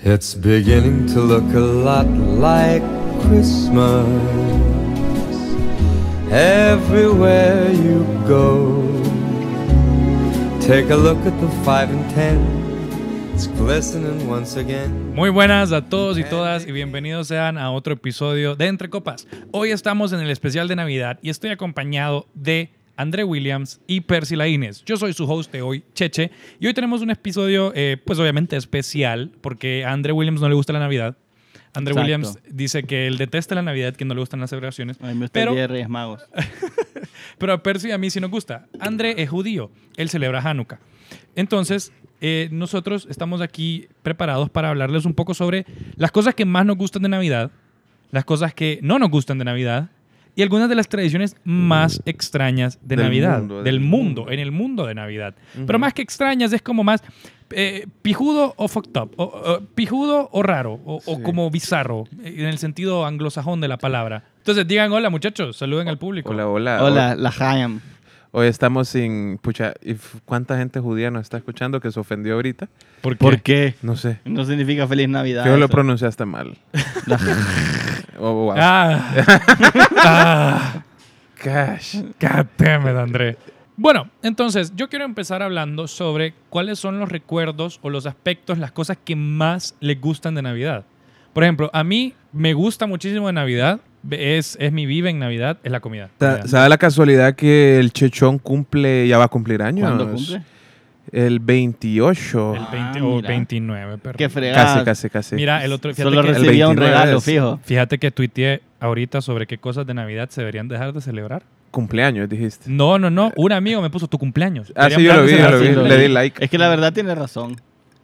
It's beginning to look a lot like Christmas everywhere you go. Take a look at the 5 and 10, it's glistening once again. Muy buenas a todos y todas y bienvenidos sean a otro episodio de Entre Copas. Hoy estamos en el especial de Navidad y estoy acompañado de André Williams y Percy Laínez. Yo soy su host de hoy, Cheche, y hoy tenemos un episodio eh, pues obviamente especial porque a André Williams no le gusta la Navidad. André Exacto. Williams dice que él detesta la Navidad, que no le gustan las celebraciones. Ay, me gusta Pero- el Día de Reyes Magos. Pero a Percy y a mí sí nos gusta. André es judío, él celebra Hanukkah. Entonces, eh, nosotros estamos aquí preparados para hablarles un poco sobre las cosas que más nos gustan de Navidad, las cosas que no nos gustan de Navidad y algunas de las tradiciones más extrañas de Del Navidad, mundo, del del mundo, en el mundo de Navidad. Pero Ujú. más que extrañas, es como más eh, pijudo o fucked up, o, o, pijudo o raro, o, o Sí. como bizarro, eh, en el sentido anglosajón de la palabra. Entonces digan hola muchachos, saluden al público. Hola, hola. Hola, la Hayam. Hoy, hoy estamos sin. Pucha, ¿y f- ¿cuánta gente judía nos está escuchando que se ofendió ahorita? ¿Por qué? ¿Por qué? No sé. No significa feliz Navidad. Yo lo eso. pronunciaste mal. Oh, wow. Ah, ah, Gosh. God damn it, André. Bueno, entonces yo quiero empezar hablando sobre cuáles son los recuerdos o los aspectos, las cosas que más les gustan de Navidad. Por ejemplo, a mí me gusta muchísimo de Navidad, es, es mi vive en Navidad, es la comida. Sa- Ya. ¿Sabe la casualidad que el Chechón cumple, ya va a cumplir años? ¿Cuándo cumple? El 28. El Ah, 20 o mira. 29, pero. Qué fregada. Casi, casi, casi. Mira, el otro. Fíjate Solo que, reci- recibía un 29 regalo, es- fijo. fíjate que tuiteé ahorita sobre qué cosas de Navidad se deberían dejar de celebrar. Cumpleaños, dijiste. No, no, no. Un amigo me puso tu cumpleaños. Ah, sí, yo Deberían lo vi, dejar de yo lo vi. sí, lo celebrar. vi. Le di like. Es que la verdad tiene razón.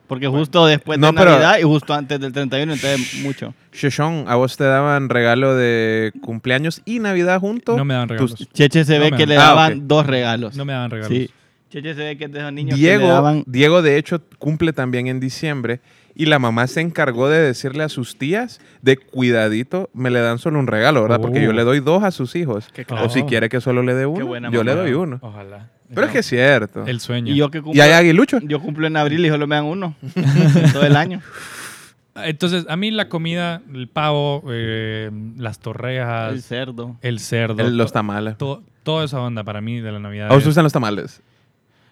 Porque justo después No, de pero- Navidad y justo antes del 31, entonces mucho. Chechón, a vos te daban regalo de cumpleaños y Navidad juntos. No me dan regalos. Tus- Cheche se No ve me que dan- le Ah, daban ok. dos regalos. pues, No me daban regalos. Sí. Cheche se ve que es de esos niños que le Diego, daban... Diego, de hecho, cumple también en diciembre y la mamá se encargó de decirle a sus tías de cuidadito, me le dan solo un regalo, ¿verdad? Porque Oh. yo le doy dos a sus hijos. Que claro. O si quiere que solo le dé uno, buena yo le mamá. doy uno. Ojalá. Pero es que es cierto. Oh. El sueño. Y yo que Y cumplo, hay aguiluchos. yo cumplo en abril y solo me dan uno. En todo el año. Entonces, a mí la comida, el pavo, eh, las torrejas, El el, cerdo. cerdo, El- los to- tamales. to- toda esa onda para mí de la Navidad. ¿A es- usted gustan los tamales?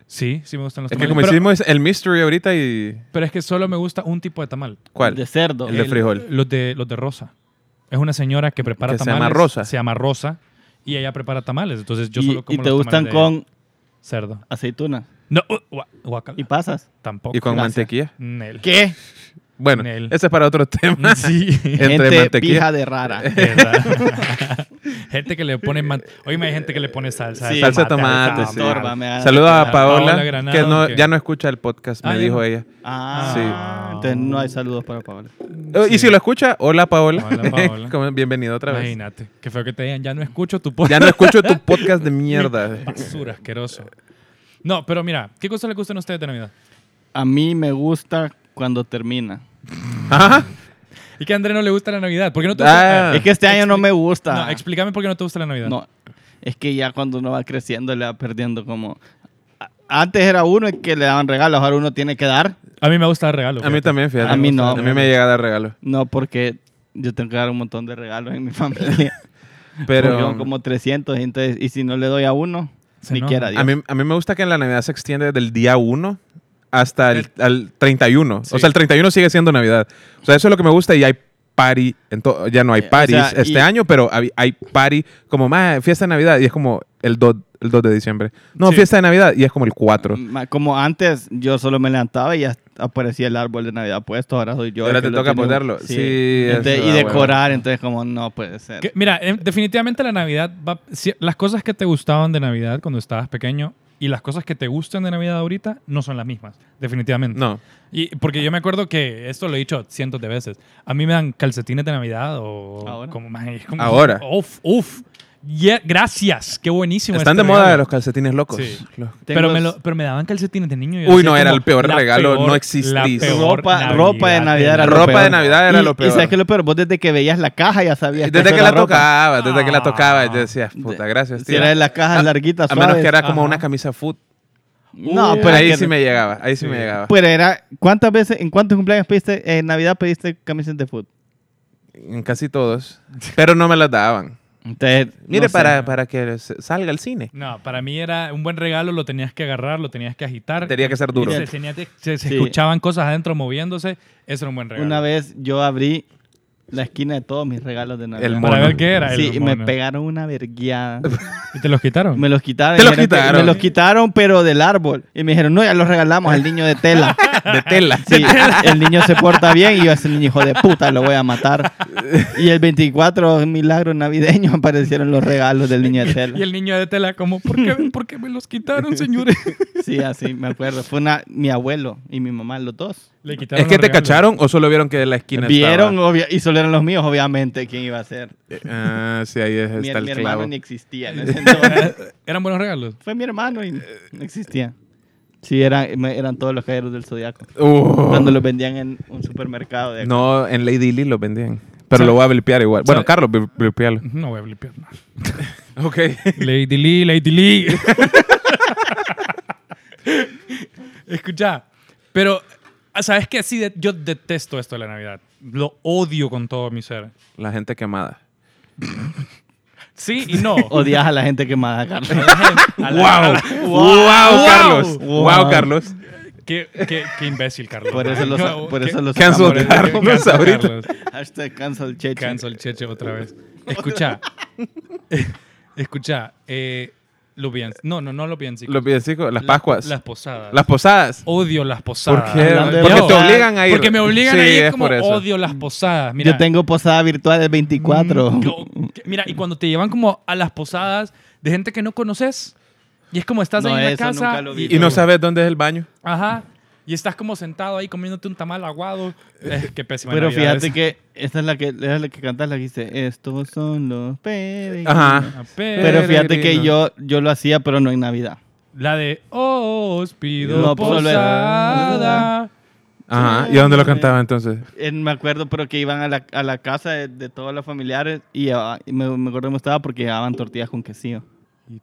Sí, sí me gustan los Es que tamales. como pero, hicimos el mystery ahorita y... pero es que solo me gusta un tipo de tamal. De ¿Cuál? cerdo. El de frijol. Los de, los de rosa. Es una señora que prepara Que se tamales. llama Rosa. Se llama Rosa. Y ella prepara tamales. Entonces yo Y, solo como y te los gustan tamales de con cerdo. aceitunas No, uh, gua- guacala. y pasas. tampoco. Y con Gracias. mantequilla. Nel. ¿Qué? Bueno, Nel. ese es para otro tema. Sí. Entre Gente mantequilla. pija de rara. ¿Verdad? gente que le pone man... Oye, hay gente que le pone salsa. Sí, Salsa de al tomate, ah, sí. torba, me da- Saludos Paola a Paola, Granado, que no- que- ya no escucha el podcast, Ah, me ya dijo no. ella. Ah, Sí. entonces no hay saludos para Paola. Oh, Y si lo escucha, hola Paola. Hola, Paola. Como- Bienvenido otra vez. Imagínate. Qué feo que te digan, ya no escucho tu podcast. Ya no escucho tu podcast de mierda. Basura, asqueroso. No, pero mira, ¿qué cosas le gustan a ustedes de Navidad? A mí me gusta cuando termina. Ajá. ¿Y que a André no le gusta la Navidad? ¿Por qué no te Ah, gusta? Es que este año no Expli- me gusta. No, explícame por qué no te gusta la Navidad. No, es que ya cuando uno va creciendo le va perdiendo como... A- Antes era uno el que le daban regalos, ahora uno tiene que dar. A mí me gusta el regalo. A mí también, fíjate. A mí no. A mí me llega a dar regalo. No, porque yo tengo que dar un montón de regalos en mi familia. Porque Pero son como 300, entonces, y si no le doy a uno, Se ni enoja. quiera Dios. a mí, a mí me gusta que la Navidad se extiende del día 1 hasta el, al 31. Sí. O sea, el 31 sigue siendo Navidad. O sea, eso es lo que me gusta y hay party. en to- ya no hay Eh, o parties sea, este y- año, pero hay, hay party como más fiesta de Navidad y es como el 2, el 2 de diciembre. No, Sí. fiesta de Navidad y es como el 4. Ma- Como antes, yo solo me levantaba y ya aparecía el árbol de Navidad puesto. Ahora soy yo. el Ahora que te lo toca tiene. ponerlo. Sí, Entonces, eso y da hueva. decorar, entonces, como no puede ser. Que- mira, em, definitivamente la Navidad va- si- las cosas que te gustaban de Navidad cuando estabas pequeño y las cosas que te gustan de Navidad ahorita no son las mismas, definitivamente. No. Y porque yo me acuerdo que esto lo he dicho cientos de veces. A mí me dan calcetines de Navidad o Ahora. como más es como- Ahora. Uf, uf. Yeah, gracias, qué buenísimo. Están de este moda regalo. los calcetines locos. Sí. Los- Tengo Pero me, los- lo- pero me daban calcetines de niño. y yo Uy, decía no, era como, el peor la regalo, no la existís. peor Ropa- ropa de Navidad era La lo ropa de peor. Navidad era y, lo Y peor. sabes que lo peor, vos desde que veías la caja ya sabías. Desde eso que era la ropa. tocaba, desde que la tocaba, Ah. decías, puta, gracias, Si tío. era de las cajas larguitas, Ah, A menos suaves. que era como Ajá. una camisa foot. No, Pues- Uh, pero ahí es que- sí me llegaba, ahí sí, Sí. me llegaba. Pero era, ¿cuántas veces, en cuántos cumpleaños pediste, en Navidad pediste camisetas de fútbol? En casi todos. Pero no me las daban. Entonces, Mire, no sé. para, para que se- salga al cine. No, para mí era un buen regalo, lo tenías que agarrar, lo tenías que agitar. Tenía que ser duro. Y Se, tenía- se- se Sí. escuchaban cosas adentro moviéndose. Eso era un buen regalo. Una vez yo abrí la esquina de todos mis regalos de Navidad. El Para mono. ver qué era. el Sí, y me mono. pegaron una vergueada. ¿Y te los quitaron? Me los quitaron. Te los dijeron que- quitaron. Me los quitaron, pero del árbol. Y me dijeron, no, ya los regalamos al niño de tela. De tela. Sí, el niño se porta bien y yo a ese niño hijo de puta lo voy a matar. Y el 24, milagro navideño, aparecieron los regalos del niño de Y tela. el niño de tela como, ¿por qué, por qué me los quitaron, señores? Sí, así me acuerdo. Fue una, mi abuelo y mi mamá, los dos. Le quitaron ¿Es que los te regalos. cacharon o solo vieron que la esquina Vieron, obvia- y solo eran los míos, obviamente, quién iba a ser. estaba- Ah, sí, ahí es- Mi, está mi el hermano clavo. ni existía en ese entonces. ¿Eran buenos regalos? Fue mi hermano y no existía. Sí, eran, eran todos los caballeros del zodiaco. Uh, Cuando los vendían en un supermercado. De No, en Lady Lee lo vendían. Pero ¿Sabe? lo voy a blipear igual. Bueno, ¿Sabe? Carlos, bli- blipealo. No voy a blipear nada. Ok. Lady Lee, Lady Lee. Escucha, pero sabes que así de- yo detesto esto de la Navidad. Lo odio con todo mi ser. La gente quemada. Sí y no. Odias a la gente quemada, Carlos. A ¡Wow! la- ¡Wow, Carlos! ¡Wow, Wow. Carlos! Qué, qué- qué imbécil, Carlos. Por eso los, No, por qué- eso los Cancel sacamos. Carlos Cancel ahorita. Carlos. Hashtag cancel cheche. Cancel Cheche otra vez. Escucha. Escucha. Eh, los bien. No, no, no los bien. Los villancicos, las Pascuas. Las Las, posadas. posadas. Odio las posadas. ¿Por qué? Hablando de Porque te posadas. obligan a ir. Porque me obligan Sí, a ir es como por eso. Mm. odio las posadas. Mira, Yo tengo posada virtual el 24. Mm, yo- que- mira, y cuando te llevan como a las posadas de gente que no conoces, y es como estás No, ahí en la eso casa nunca lo vi. Y no sabes dónde es el baño. Ajá. Y estás como sentado ahí comiéndote un tamal aguado. Eh, qué pésima Pero Navidad fíjate es. que esta es la que, es la que cantas, la que dice, estos son los peregrinos. Ajá. Ah, Pero Pero fíjate que Peregrinos. yo, yo lo hacía, pero no en Navidad. la de "Oh, os pido No, pues, solo posada. Ajá. ¿Y a dónde lo cantaba entonces? Eh, me acuerdo, pero que iban a la, a la casa de, de todos los familiares y, llevaba- y me, me acuerdo que me estaba porque llevaban tortillas con quesillo.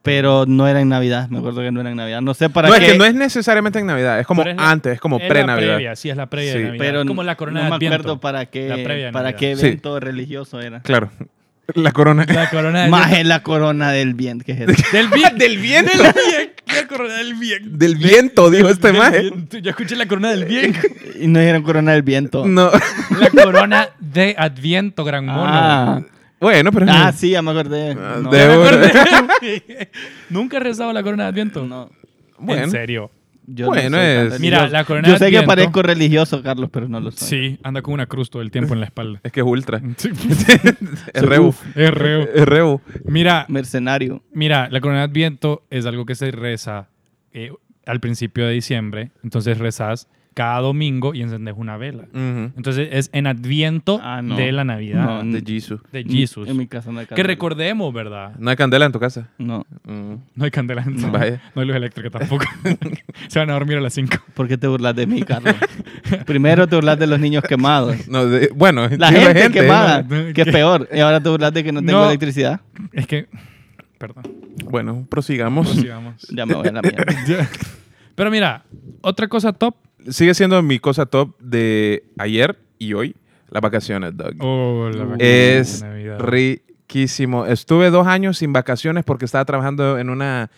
Pero no era en Navidad, me acuerdo que no era en Navidad. No sé para No, qué. es que no es necesariamente en Navidad. Es como Pero es la- antes, es como Es la pre-Navidad. previa, sí, es la previa de Sí. Navidad. pero Es como la corona no de me Adviento. acuerdo para La qué, previa de para Navidad. qué Sí. evento religioso era. Claro. La corona. La corona de Más en la corona del bien que es eso. Del bien. Del viento. Del bien. La corona del bien. Del viento, dijo este Del maje. bien. Yo escuché la corona del bien. Y no era corona del viento. No. La corona de Adviento, gran mono. ah, Bueno, pero. ah, sí, ya me acordé. No, Ah, de Me una. acordé. Nunca he rezado la corona de Adviento. no, En Bueno. serio. yo no Bueno, soy tan es- Mira, religioso. la corona Yo de sé que Adviento- parezco religioso, Carlos, pero no lo soy. Sí, anda con una cruz todo el tiempo en la espalda. Es que es ultra. Sí. Es rebu. Es reo. Es rebu. Mira, Mercenario. mira, la corona de Adviento es algo que se reza eh, al principio de diciembre. Entonces rezas cada domingo y encendes una vela. Ujú. Entonces es en Adviento Ah, no. de la Navidad. No, De Jesus. De Jesús. En mi casa no hay Que candela. recordemos, ¿verdad? No hay candela en tu casa. No. Mm. No hay candela. No, Vaya. no hay luz eléctrica tampoco. se van a dormir a las 5. ¿Por qué te burlas de mí, Carlos? Primero te burlas de los niños quemados. No, de- bueno, La sí, gente, quemada, ¿no? que es peor. Y ahora te burlas de que no tengo No. electricidad. Es que. Perdón. ¿no? Bueno, prosigamos. Sigamos. Ya me voy a la mierda. Ya. Pero mira, otra cosa top. Sigue siendo mi cosa top de ayer y hoy. Las vacaciones, Doug. Oh, Uh. la vacación de Es Navidad. riquísimo. Estuve dos años sin vacaciones porque estaba trabajando en una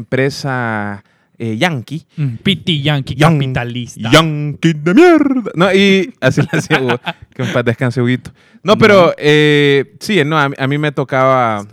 empresa eh, yankee. Mm, Piti Yankee Yan- capitalista. Yankee de mierda. No, y así la hacía Hugo. Que en paz descanse, Huguito. No, pero eh, sí, no, a, mí- a mí me tocaba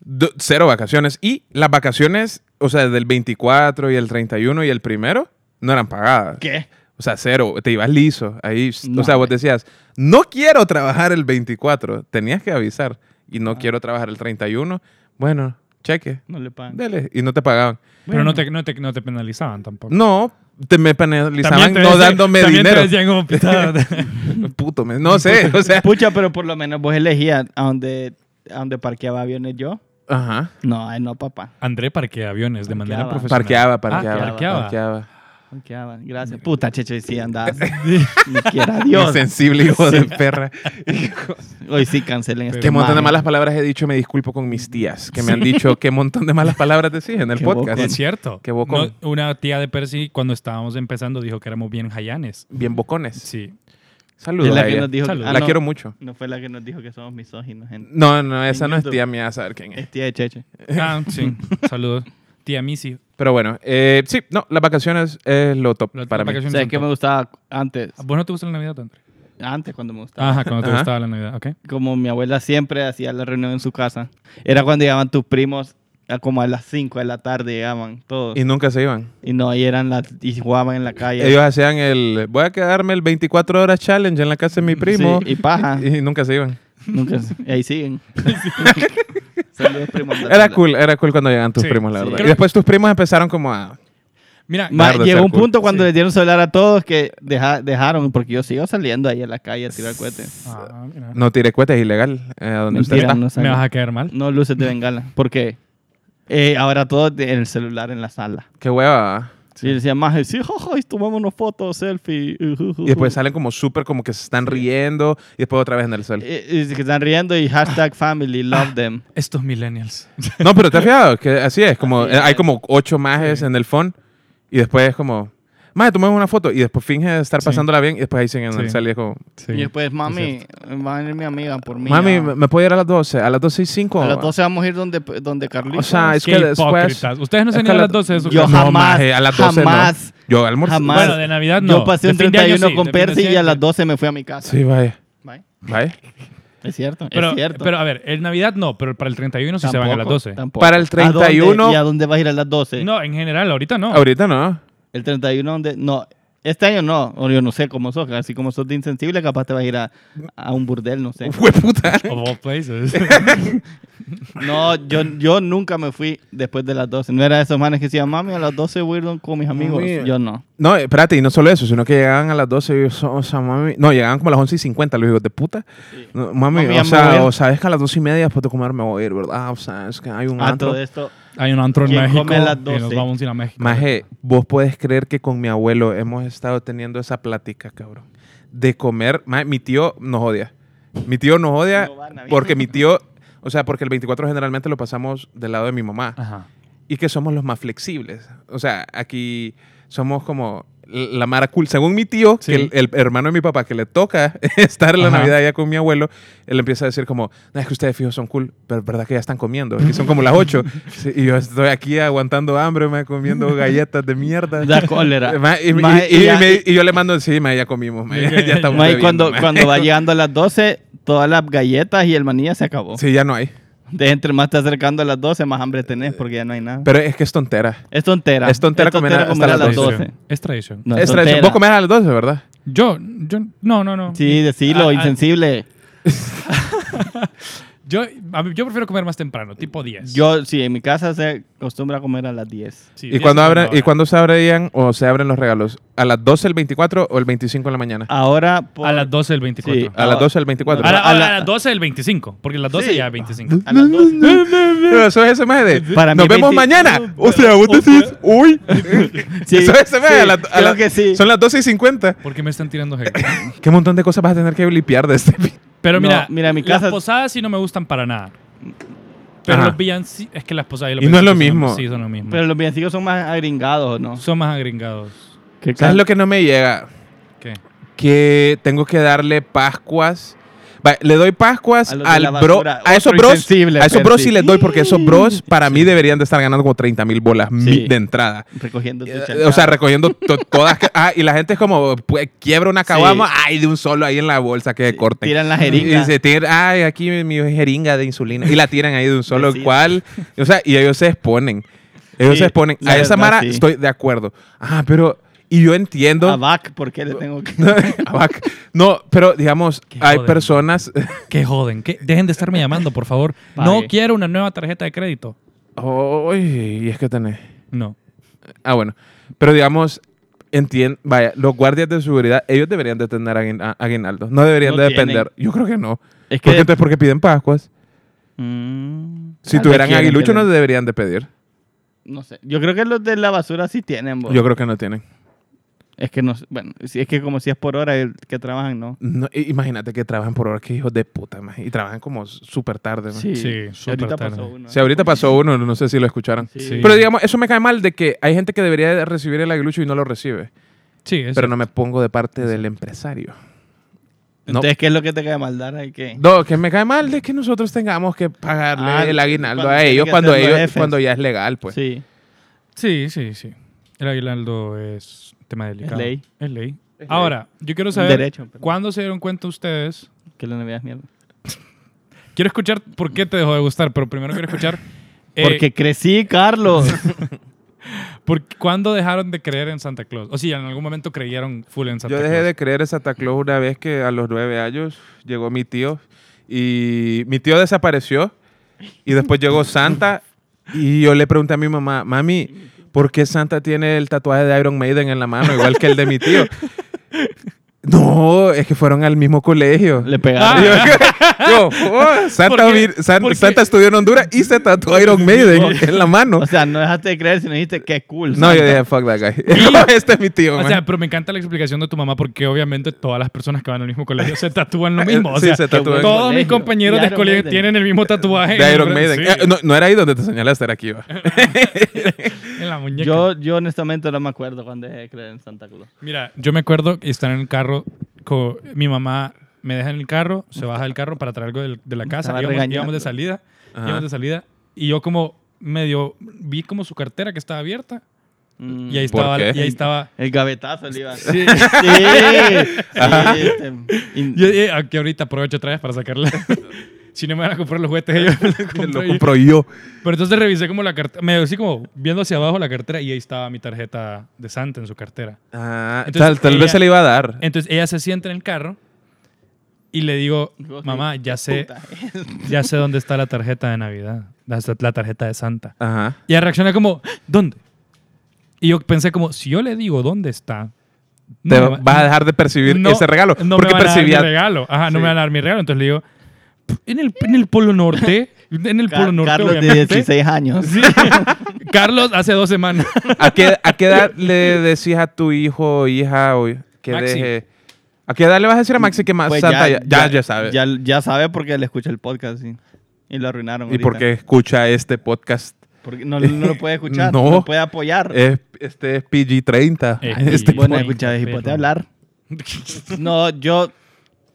do- cero vacaciones. Y las vacaciones, o sea, del 24 y el 31 y el primero, no eran pagadas. ¿Qué? O sea, cero, te ibas liso. Ahí, No, o sea, vos hombre. decías, no quiero trabajar el 24. Tenías que avisar. Y Ah. no quiero trabajar el 31. Bueno, cheque, No le pagan. dele. Y no te pagaban. Pero no te, no, te, no te penalizaban tampoco. No, te me penalizaban te no decían- dándome también te dinero. decían como pitada. Puto, me- no sé, o sea. Pucha, pero por lo menos vos elegías a donde, a donde parqueaba aviones yo. Ajá. No, ay, no, papá. André parquea aviones de manera Parqueaba. profesional. Parqueaba, Ah, parqueaba, parqueaba. parqueaba. Honqueaban. Gracias. Puta, Checho, y sí andaba. Ni quiera Dios. Insensible, hijo de perra. Hoy sí cancelen este Qué montón de man. malas palabras he dicho. Me disculpo con mis tías, que me han dicho qué montón de malas palabras decís en el Qué podcast. Es cierto. Qué bocón. No, una tía de Percy, cuando estábamos empezando, dijo que éramos bien jayanes. Bien bocones. Sí. Saludos Es la a que ella. nos dijo que- Salud. ah, la no, quiero mucho. No fue la que nos dijo que somos misóginos, gente. No, no, esa En no es YouTube. Eh. tía mía, a saber quién es. Es tía de Checho. Ah, sí. Saludos. Tía Missy. Pero bueno, eh, sí, no, las vacaciones es lo top Las para mí. vacaciones. O sea, es que me gustaba antes. ¿A ¿Vos no te gusta la Navidad, André? Antes cuando me gustaba. Ajá, cuando te Ajá. gustaba la Navidad, ok. Como mi abuela siempre hacía la reunión en su casa. Era cuando llegaban tus primos a como a las 5 de la tarde llegaban todos. Y Y, nunca se iban. no, y eran las y jugaban en la calle. Ellos hacían el, voy a quedarme el 24 horas challenge en la casa de mi primo. Sí, y paja. y nunca se iban. Nunca, y ahí siguen. Saludos, primos. Era cool, era cool cuando llegaban tus Sí, primos, la sí. verdad. Creo Y después tus primos empezaron como a... Mira, Ma- Dardo llegó ser un cool. punto cuando Sí. les dieron celular a todos que deja- dejaron, porque yo sigo saliendo ahí a la calle a tirar cohetes. Ah, mira. No tiré cuetes, es ilegal. eh, a donde usted Mentira, está. no me salgo. vas a caer mal. No luces de bengala, porque eh, ahora todo de- en el celular en la sala. Qué hueva. Y decía, más, sí, jojo, y tomámonos fotos, selfie. ujú, ujú". Y después salen como súper, como que se están riendo. Y después otra vez en el sol. Eh, Y, se están riendo y hashtag family, love them. Estos millennials. No, pero te has fijado que así es. Como, eh, hay como ocho majes en el phone y después es como, maje, tomemos una foto y después finge estar Sí. pasándola bien y después ahí siguen en el Sí. cel y es como, Sí. Y después, mami, es va a venir mi amiga por mí. mami, ah. ¿me- ¿me puedo ir a las 12? ¿A las 12 y 5? a las 12 vamos a ir donde, donde Carlitos. O sea, es Qué que después... hipócritas. Ustedes no se es han que ido a la- las 12 de su yo casa. No, jamás, maje, a las 12 no. jamás, Yo almuerzo. jamás. Bueno, de Navidad no. Yo pasé De un fin de año 31 sí, con de fin de Percy y siempre. a las 12 me fui a mi casa. Sí, vaya. Bye. Vaya. Es cierto, Pero, es cierto. pero a ver, en Navidad no, pero para el 31 sí se van a las Tampoco, 12. tampoco. Para el ¿A dónde- 31. ¿Y a dónde vas a ir a las 12? No, en general, ahorita no. Ahorita no. El 31, ¿dónde? No, este año no. O yo no sé cómo sos. Así como sos de insensible, capaz te vas a ir a, a un burdel, no sé. Fue puta. Of all places. No, yo, yo nunca me fui después de las 12. No era de esos manes que decían, mami, a las 12 voy a ir con mis amigos. Mami. Yo no. No, espérate, y no solo eso, sino que llegaban a las 12 y yo, so- o sea, mami. No, llegaban como a las 11 y 50, los hijos de puta. No, Mami, mami, ya o me voy a sea, ir. o sea, es que a las 12 y media después de comer me voy a ir, ¿verdad? O sea, es que hay un A antro. Ah, todo esto. Hay un antro en ¿Quién México come a las y nos 12? vamos a ir a México. Maje, vos podés creer que con mi abuelo hemos estado teniendo esa plática, cabrón. De comer. Maje, mi tío nos odia. Mi tío nos odia No van a mí. porque mi tío. O sea, porque el 24 generalmente lo pasamos del lado de mi mamá. Ajá. Y que somos los más flexibles. O sea, aquí somos como la mara cool. Según mi tío, Sí. que el, el hermano de mi papá que le toca estar en la Ajá. Navidad ya con mi abuelo, él empieza a decir como, "No, es que ustedes fijos son cool, pero es verdad que ya están comiendo. Y son como las 8. y yo estoy aquí aguantando hambre, me comiendo galletas de mierda. Da cólera. Ma, y, y- Ma, y- y ya- me- y yo le mando, sí, ma, ya comimos, ma, ya, ya estamos Ma, y bebiendo, cuando, ma". cuando va llegando a las 12, todas las galletas y el manilla se acabó. Sí, ya no hay. De entre más te acercando a las 12, más hambre tenés porque ya no hay nada. Pero es que es tontera. es tontera. Es tontera comer a- hasta comer a las las 12. Tradición. Es tradición. No, Es tradición. tontera. Vos comés a las 12, ¿verdad? Yo, yo, no, no, no. Sí, decilo, Ah, ah. insensible. Yo, a mí- yo prefiero comer más temprano, tipo 10. Yo, sí, en mi casa se acostumbra a comer a las 10. Sí, ¿Y 10 cuando, es una abren, ¿Y hora. cuándo se abrían o se abren los regalos? ¿A las 12 el 24 o el 25 en la mañana? Ahora, por- A las 12 del 24. Sí. A las 12 el 24. Ah, A, la- a A la- las 12 del 25, porque a las 12 Sí. ya es 25. a las 12. Pero eso es ese mes de. Para Nos mí vemos 20 mañana. O sea, vos decís, uy. Sí, eso es ese mes. sí, a la- a creo la- que sí. Son las 12 y 50. Porque me están tirando hate. Qué montón de cosas vas a tener que blipear de este. pi- Pero No, mira, mira, mi las casa- posadas sí no me gustan para nada. Pero Ajá. los villancicos, es que las posadas los Y no es lo villancicos mismo. son- sí, son lo mismo. Pero los villancicos son más agringados, ¿no? son más agringados. Que ¿Sabes lo que no me llega? ¿Qué? Que tengo que darle Pascuas. Va, le doy Pascuas A los de al la bro. basura. A esos Otro bros. insensible, A esos bros Percy. sí les doy porque esos bros para mí deberían de estar ganando como 30 mil bolas mi- Sí. de entrada. Recogiendo tu Eh, chancada. O sea, recogiendo to- todas. que- ah, y la gente es como, pues, quiebra una caguama, ay, de un solo ahí en la bolsa que corten. tiran la Y jeringa. se tira, ay, aquí mi, mi jeringa de insulina. Y la tiran ahí de un solo, Decir. cual. O sea, y ellos se exponen. Ellos Sí, se exponen. la A esa verdad, mara sí. Ah, estoy de acuerdo. Ah, pero. Y yo entiendo. A Bach, ¿por qué le tengo que...? Abac. no, pero digamos, Qué hay joder. personas. Que joden. que Dejen de estarme llamando, por favor. No Pague. quiero una nueva tarjeta de crédito. Uy, y es que tenés. No. Ah, bueno. Pero digamos, entien, vaya, los guardias de seguridad, ellos deberían de tener aguin- a- aguinaldo. No deberían No de tienen. depender. Yo creo que no. Es Porque que... entonces, ¿por qué piden Pascuas? Mm, Si tal vez tuvieran quieren aguilucho, que no le- deberían de pedir. No sé. Yo creo que los de la basura sí tienen, vos. Yo creo que no tienen. Es que no, sé, bueno, si es que como si es por hora el que trabajan, ¿no? No, i- imagínate que trabajan por horas, que hijos de puta, maje, y trabajan como súper tarde. maje. Sí, súper ahorita tarde. pasó uno. Si ahorita pasó uno, no sé si lo escucharon. Sí. Sí. Pero digamos, eso me cae mal de que hay gente que debería de recibir el aguilucho y no lo recibe. Sí, es pero no me pongo de parte del empresario. No, Entonces, ¿qué es lo que te cae mal dar? Hay que... no, que me cae mal de que nosotros tengamos que pagarle Ah, el aguinaldo cuando a tiene ellos que cuando ser los ellos jefes. cuando ya es legal, pues. Sí. Sí, sí, sí. El aguinaldo es tema delicado. ley. Es ley. Es Ahora, yo quiero saber Derecho, pero- cuándo se dieron cuenta ustedes. Que la Navidad es mierda. Quiero escuchar por qué te dejó de gustar, pero primero quiero escuchar eh, Porque crecí, Carlos. por qué- cuándo dejaron de creer en Santa Claus. O si en algún momento creyeron full en Santa Yo Claus. dejé de creer en Santa Claus una vez que a los nueve años llegó mi tío y mi tío desapareció y después llegó Santa y yo le pregunté a mi mamá, mami, ¿por qué Santa tiene el tatuaje de Iron Maiden en la mano igual que el de mi tío? No, es que fueron al mismo colegio. Le Ah. pegaron. Ah, Yo- yo, oh, Santa, Porque- vi- San- porque- Santa estudió en Honduras y se tatuó Iron Maiden en la mano. O sea, no dejaste de creer, sino dijiste que cool. No, ¿sabes? yo dije, fuck that guy. este es mi tío. O man. sea, pero me encanta la explicación de tu mamá porque obviamente todas las personas que van al mismo colegio se tatúan lo mismo. O Sí, sea, se tatúan. todos mis Colegio. compañeros De de Iron colegio Maiden. tienen el mismo tatuaje. en de el Iron brazo. Maiden. Sí, Eh, no, no era ahí donde te señalaste, era aquí. va. En la muñeca. Yo, yo honestamente no me acuerdo cuando dejé de creer en Santa Claus. Mira, yo me acuerdo que estar en el carro, co- mi mamá me deja en el carro, se baja del carro para traer algo del- de, la casa, Estaba íbamos, regañando. íbamos de salida, Ajá. íbamos de salida, y yo como medio, vi como su cartera que estaba abierta, Mm. y ahí ¿Por estaba, qué? y ahí estaba, El gavetazo le iba. sí, Sí. sí, te- in- yo, eh, aquí ahorita aprovecho otra vez para sacarla. Si no me van a comprar los juguetes, ellos me los compro Lo ahí. compro yo. Pero entonces revisé como la cartera, medio así como viendo hacia abajo la cartera y ahí estaba mi tarjeta de Santa en su cartera. Ah, Entonces, tal tal ella- Eh, vez se le iba a dar. Entonces ella se sienta en el carro y le digo, Vos, mamá, ya sé, puta. ya sé dónde está la tarjeta de Navidad, la la tarjeta de Santa. Ajá. Y ella reacciona como, ¿dónde? Y yo pensé como, si yo le digo dónde está, no te me va- vas a dejar de percibir no- ese regalo. no porque me van a percibía. dar mi regalo. Ajá, no Sí. me van a dar mi regalo. Entonces le digo, en el, en el Polo Norte, en el Ca- Polo Norte, Carlos de obviamente. 16 años. Pues Sí. Carlos hace dos semanas. ¿A qué, ¿A qué edad le decís a tu hijo o hija o que Maxi. deje? ¿A qué edad le vas a decir a Maxi que más Pues Santa ya, ya, ya sabe? Ya, ya sabe porque le escuché el podcast sí. y lo arruinaron. ¿Y ahorita. por qué escucha este podcast? Porque no, no lo puede escuchar, No. no, puede apoyar. Es- este es PG-30. Eh, Este- y- bueno, Hijo escucha, de y perro. ponte a hablar. No, yo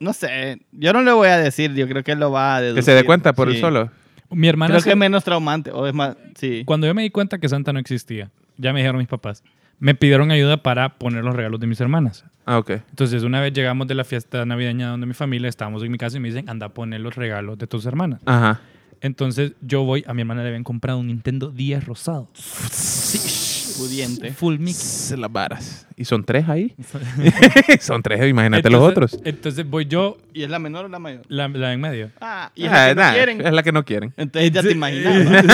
no sé. Yo no le voy a decir, yo creo que él lo va a deducir. que se dé cuenta por Sí. él solo. Mi hermana Creo se- que es menos traumante, o es más, sí. Cuando yo me di cuenta que Santa no existía, ya me dijeron mis papás, me pidieron ayuda para poner los regalos de mis hermanas. Ah, ok. Entonces, una vez llegamos de la fiesta navideña donde mi familia, estábamos en mi casa y me dicen, anda a poner los regalos de tus hermanas. Ajá. Entonces, yo voy, a mi hermana le habían comprado un Nintendo 10 rosado. Pudiente. Full Mickey. Se las varas. ¿Y son tres ahí? son tres, imagínate los Entonces- otros. Entonces, voy yo, ¿Y es la menor o la mayor? la, la en medio. Ah, y es Ah, la que no nah, quieren. es la que no quieren. Entonces ya te imaginas.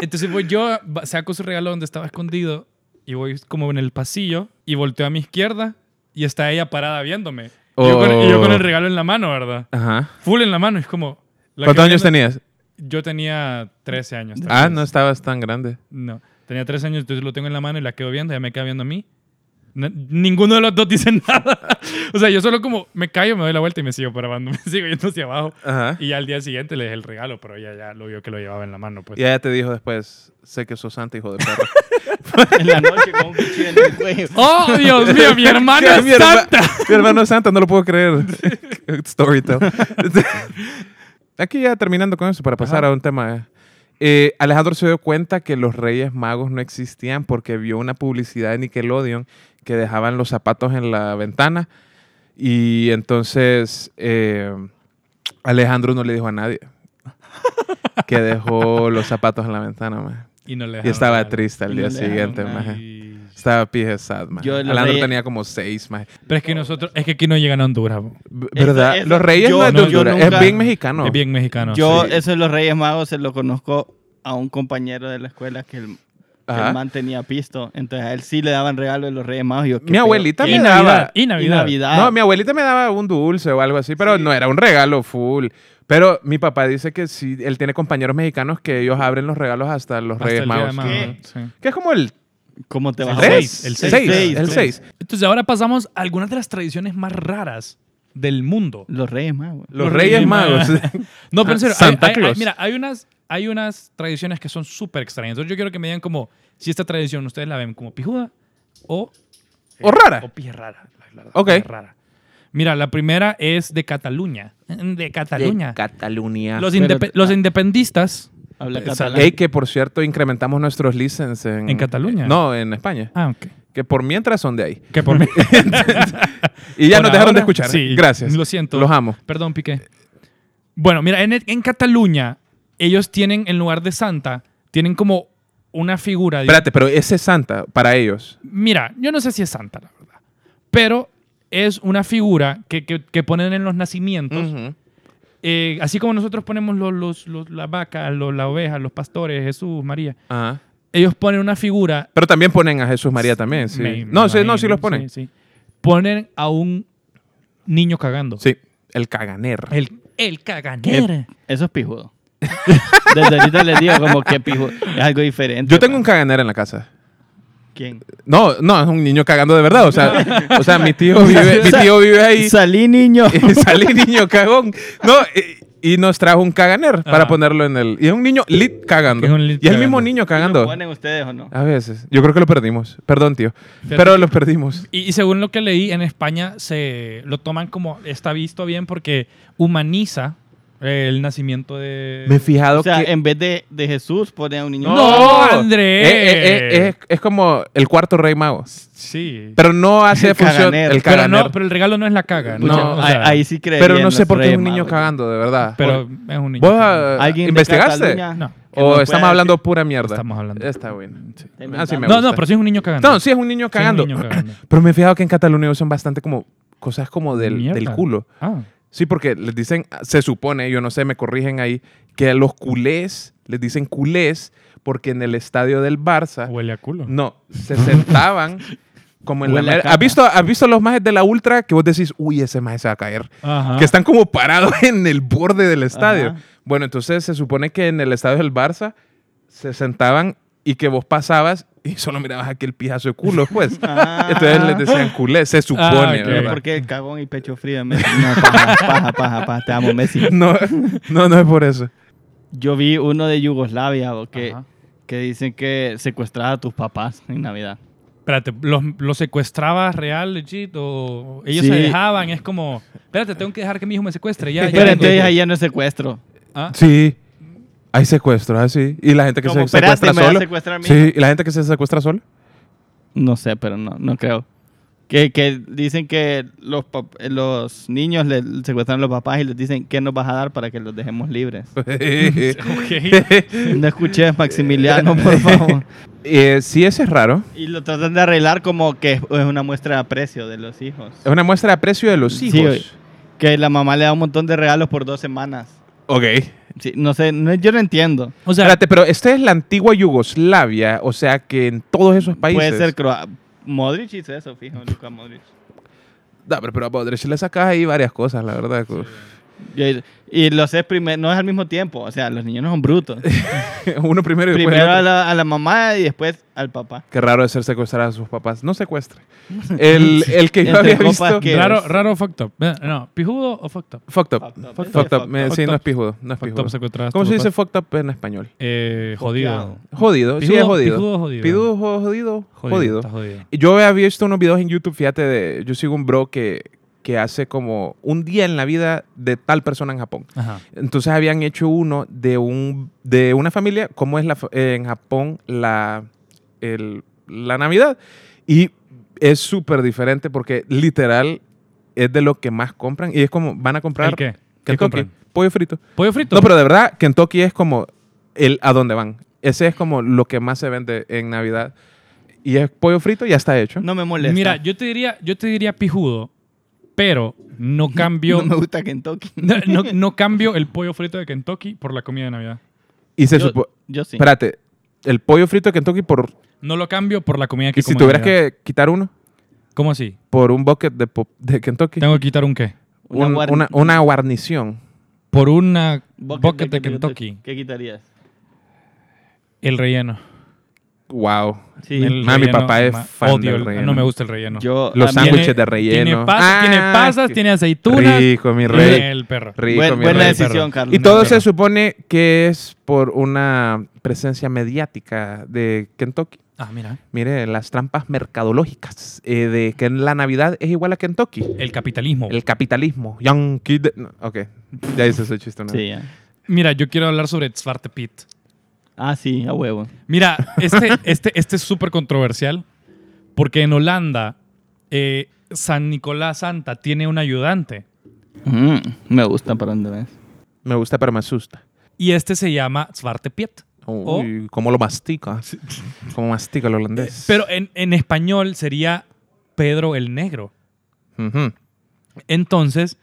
Entonces, voy yo, va- saco su regalo donde estaba escondido y voy como en el pasillo y volteo a mi izquierda y está ella parada viéndome. Y yo con- y yo con el Oh. regalo en la mano, ¿verdad? Ajá. full en la mano. Es como. la ¿Cuántos que años viene- tenías? Yo tenía 13 años. tal Ah, vez. no estabas tan grande. No, tenía 13 años, entonces lo tengo en la mano y la quedo viendo, ya me queda viendo a mí. No- ninguno de los dos dice nada. o sea, yo solo como me callo, me doy la vuelta y me sigo para abajo, me sigo yendo hacia abajo. Ajá. Y ya al día siguiente le dejé el regalo, pero ella ya lo vio que lo llevaba en la mano. Pues. Y ella te dijo después, sé que sos santa, hijo de perro. en la noche con un cuchillo en el cuello. ¡Oh, Dios mío! ¡Mi hermano es Mi herma- santa! Mi hermano es santa, no lo puedo creer. Storytell. Aquí ya terminando con eso, para pasar Ajá. a un tema. eh, Alejandro se dio cuenta que los Reyes Magos no existían porque vio una publicidad de Nickelodeon que dejaban los zapatos en la ventana. Y entonces eh, Alejandro no le dijo a nadie que dejó los zapatos en la ventana. maje. Y no le Y dejaron estaba regalo. triste al Y día no le dejaron siguiente. nada. maje. Y- Estaba pije sad, man. Yo, los Alejandro reyes- tenía como seis, man. Pero es que nosotros, es que aquí no llegan a Honduras, bo. B- ¿Verdad? eso- los reyes yo no es de Ah, no- yo Honduras. nunca- es bien mexicano. eh, es bien mexicano. Yo, sí. eso de los Reyes Magos, se lo conozco a un compañero de la escuela que el, que el Ajá. man tenía pisto. Entonces a él sí le daban regalo de los Reyes Magos. y yo, ¿qué Mi pedo? abuelita Y me Navidad, daba... y Y Navidad. Navidad. No, mi abuelita me daba un dulce o algo así, pero no era un regalo full. Pero mi papá dice que sí, él tiene compañeros mexicanos que ellos abren los regalos hasta los Hasta Reyes el día de Magos. Magos, ¿Qué? sí. Que es como el ¿Cómo te vas? El ¿Tres? seis, El el 6. seis. Seis, El sí. 6. Entonces ahora pasamos a algunas de las tradiciones más raras del mundo. Los Reyes Magos. Los, Reyes, Magos. No, pero en Ah, serio, hay- Santa hay- hay- Claus. mira, hay unas, hay unas tradiciones que son súper extrañas. Entonces yo quiero que me digan como si esta tradición ustedes la ven como pijuda o... O rara. O pie rara. la verdad, Ah. Ok. pie rara. Mira, la primera es de Cataluña. Mm, De Cataluña. Cataluña. los, pero- indepe- los independistas... Habla Eh, catalán. Ey, que por cierto incrementamos nuestros listens en... ¿En Cataluña? No, en España. Ah, ok. Que por mientras son de ahí. Que por mí. Y ya Por nos dejaron de ahora, escuchar. sí, Gracias. lo siento. Los amo. Perdón, Piqué. Bueno, mira, en, en Cataluña, ellos tienen, en lugar de Santa, tienen como una figura. de- Espérate, pero ese es Santa para ellos. Mira, yo no sé si es Santa, la verdad. Pero es una figura que, que- que ponen en los nacimientos. Eh, así como nosotros ponemos los, los, los- las vacas, los- la oveja, los pastores, Jesús, María. Ajá. Ellos ponen una figura. Pero también ponen a Jesús María también, sí. me- me no, sí, no, imagino, sí los ponen. Sí. sí, sí. Ponen a un niño cagando. El caganer. El, el caganero. Eso es pijudo. Desde ahorita les digo como que pijudo. Es algo diferente. Yo tengo un pa. caganer en la casa. ¿Quién? No, no, es un niño cagando de verdad. O sea, o sea mi tío vive, mi tío vive ahí. Salí, niño. y salí niño cagón. No, eh, y, nos trajo un caganer para Ajá. ponerlo en el. Y es un niño lit cagando. Es un lit y es el mismo cagando. niño ¿Lo cagando. Ah, ponen ustedes o no? A veces. Yo creo que lo perdimos. Perdón, tío. Fíjate Pero lo perdimos. Y, y según lo que leí, en España se lo toman como está visto bien porque humaniza el nacimiento de. Me he fijado O sea, que. en vez de, de Jesús, ponen a un niño. ¡No, Eh, Andrés! eh, eh, es, es como el cuarto rey mago. sí. Pero no hace El función. caganer. El Pero, caganer. no, pero el regalo no es la caga. No, Pucha, o Ahí- sea, ahí sí creen. pero, no sé por qué es un niño cagando, de verdad. Pero es un niño. ¿Vos No, ah, ¿Alguien de investigaste? Cataluña? No. Que nos ¿O pueda estamos hablando pura mierda? Estamos hablando. Mm, Está bueno. Está Así Este me no, gusta. pero sí es un niño cagando. No, sí es un niño Sí es un cagando. niño cagando. Pero me he fijado que en Cataluña usan bastante como cosas como del, Mierda. del culo. Ah. Sí, porque les dicen, se supone, yo no sé, me corrigen ahí, que a los culés les dicen culés porque en el estadio del Barça, Huele a culo. Ah. no, se sentaban como en la... Huele a mer- caca. ¿Has visto, ¿Has visto los majes de la Ultra que vos decís, uy, ese maje se va a caer? Ajá. Que están como parados en el borde del estadio. Ajá. Bueno, entonces se supone que en el estadio del Barça se sentaban y que vos pasabas y solo mirabas aquel pijazo de culo, pues. Entonces les decían culé, se supone, ok. ¿verdad? ¿Por qué el cagón y pecho frío? Messi? No, paja, paja, paja, paja. Te amo, Messi. No, no, no es por eso. Yo vi uno de Yugoslavia bo, que, Ajá. que dicen que secuestraba a tus papás en Navidad. Espérate, ¿los, los secuestrabas real, legit? ¿O ellos Sí. se dejaban? Es como, espérate, tengo que dejar que mi hijo me secuestre. Ya, ya Pero vengo. entonces ahí ya no es secuestro. Ah. Sí. Hay secuestros así. Y la gente que Como, se secuestra espérate, me va a solo. secuestrar a mí. Sí, y la gente que se secuestra solo. No sé, pero no, no creo. Que, que dicen que los, pap- los niños le secuestran a los papás y les dicen, ¿qué nos vas a dar para que los dejemos libres? Ok. No escuches, Maximiliano, por favor. Eh, sí, ese es raro. Y lo tratan de arreglar como que es es una muestra de aprecio de los hijos. Es una muestra de aprecio de los Sí, hijos. oye. Que la mamá le da un montón de regalos por dos semanas. ok. Sí, no sé, no- yo no entiendo. O sea, Espérate, pero esta es la antigua Yugoslavia. O sea que en todos esos países. Puede ser Croa Modric hizo eso, fijo, Luka Modric. No, pero, pero a Podrick le sacas ahí varias cosas, la verdad. pues. Y, y los es primero, no es al mismo tiempo, o sea, los niños no son brutos. Uno primero y después. el primero otro. a la, a la mamá y después al papá. Qué raro de ser secuestrar a sus papás. No secuestre. El, el que yo Entre había copas visto. que- raro, eres? raro o fucked up. Eh, No, pijudo o fucked up. Fucked up. Fucked up. Fucked Fucked up. up. Me- Sí, Fucked no es up. pijudo. No es Fucked pijudo. up secuestradas. ¿Cómo tu se dice papá. fucked up en español? Eh, jodido. Jodido. Sí, Pijudo, es jodido. pijudo o jodido. Pijudo, jo- jodido. Jodido. está jodido. Y Yo había visto unos videos en YouTube, fíjate, de, yo sigo un bro que, que hace como un día en la vida de tal persona en Japón. Ajá. Entonces habían hecho uno de un de una familia, cómo es la, fa- eh, en Japón la, el- la Navidad. Y es súper diferente porque literal es de lo que más compran. Y es como, van a comprar ¿El qué? ¿Qué Kentucky, compran? pollo frito. ¿Pollo frito? No, pero de verdad, Kentucky es como el a dónde van. Ese es como lo que más se vende en Navidad. Y es pollo frito, ya está hecho. No me molesta. Mira, yo te diría, yo te diría pijudo, pero no cambio, no me gusta Kentucky. no, no- no cambio el pollo frito de Kentucky por la comida de Navidad. y se yo, supone... yo sí. Espérate, el pollo frito de Kentucky por... No lo cambio por la comida que Y como si de tuvieras Navidad. que quitar uno ¿Cómo así? por un bucket de, pop- de Kentucky. Tengo que quitar un qué. un- una, guar- una guarnición. Por una bucket bucket de Kentucky. Kentucky. ¿Qué quitarías? El relleno. Wow. Sí. El Ma, mi relleno, papá es ma, fan odio del el- relleno. No me gusta el relleno. Yo, Los a mí- Tiene- sándwiches de relleno. Tiene, pasas, Ah, tiene pasas, qué tiene aceitunas. Rico, mi tiene rey. el perro. Rico, Buen- mi buena rey. decisión, Carlos. Y todo Buena se supone que es por una presencia mediática de Kentucky. Ah, mira. Mire, las trampas mercadológicas eh, de que la Navidad es igual a Kentucky. El capitalismo. El capitalismo. Yankee. de- no, ok, ya hice ese chiste. ¿no? Sí, ya. Mira, yo quiero hablar sobre Zwarte Piet. Ah, sí, a huevo. Mira, este, este, este es súper controversial porque en Holanda eh, San Nicolás Santa tiene un ayudante Mm, me gusta para Andrés. Me gusta, pero me asusta. y este se llama Zwarte Piet. O- Uy, cómo lo mastica. Cómo mastica el holandés. Pero eh, en, en español sería Pedro el Negro. Ujú. Entonces,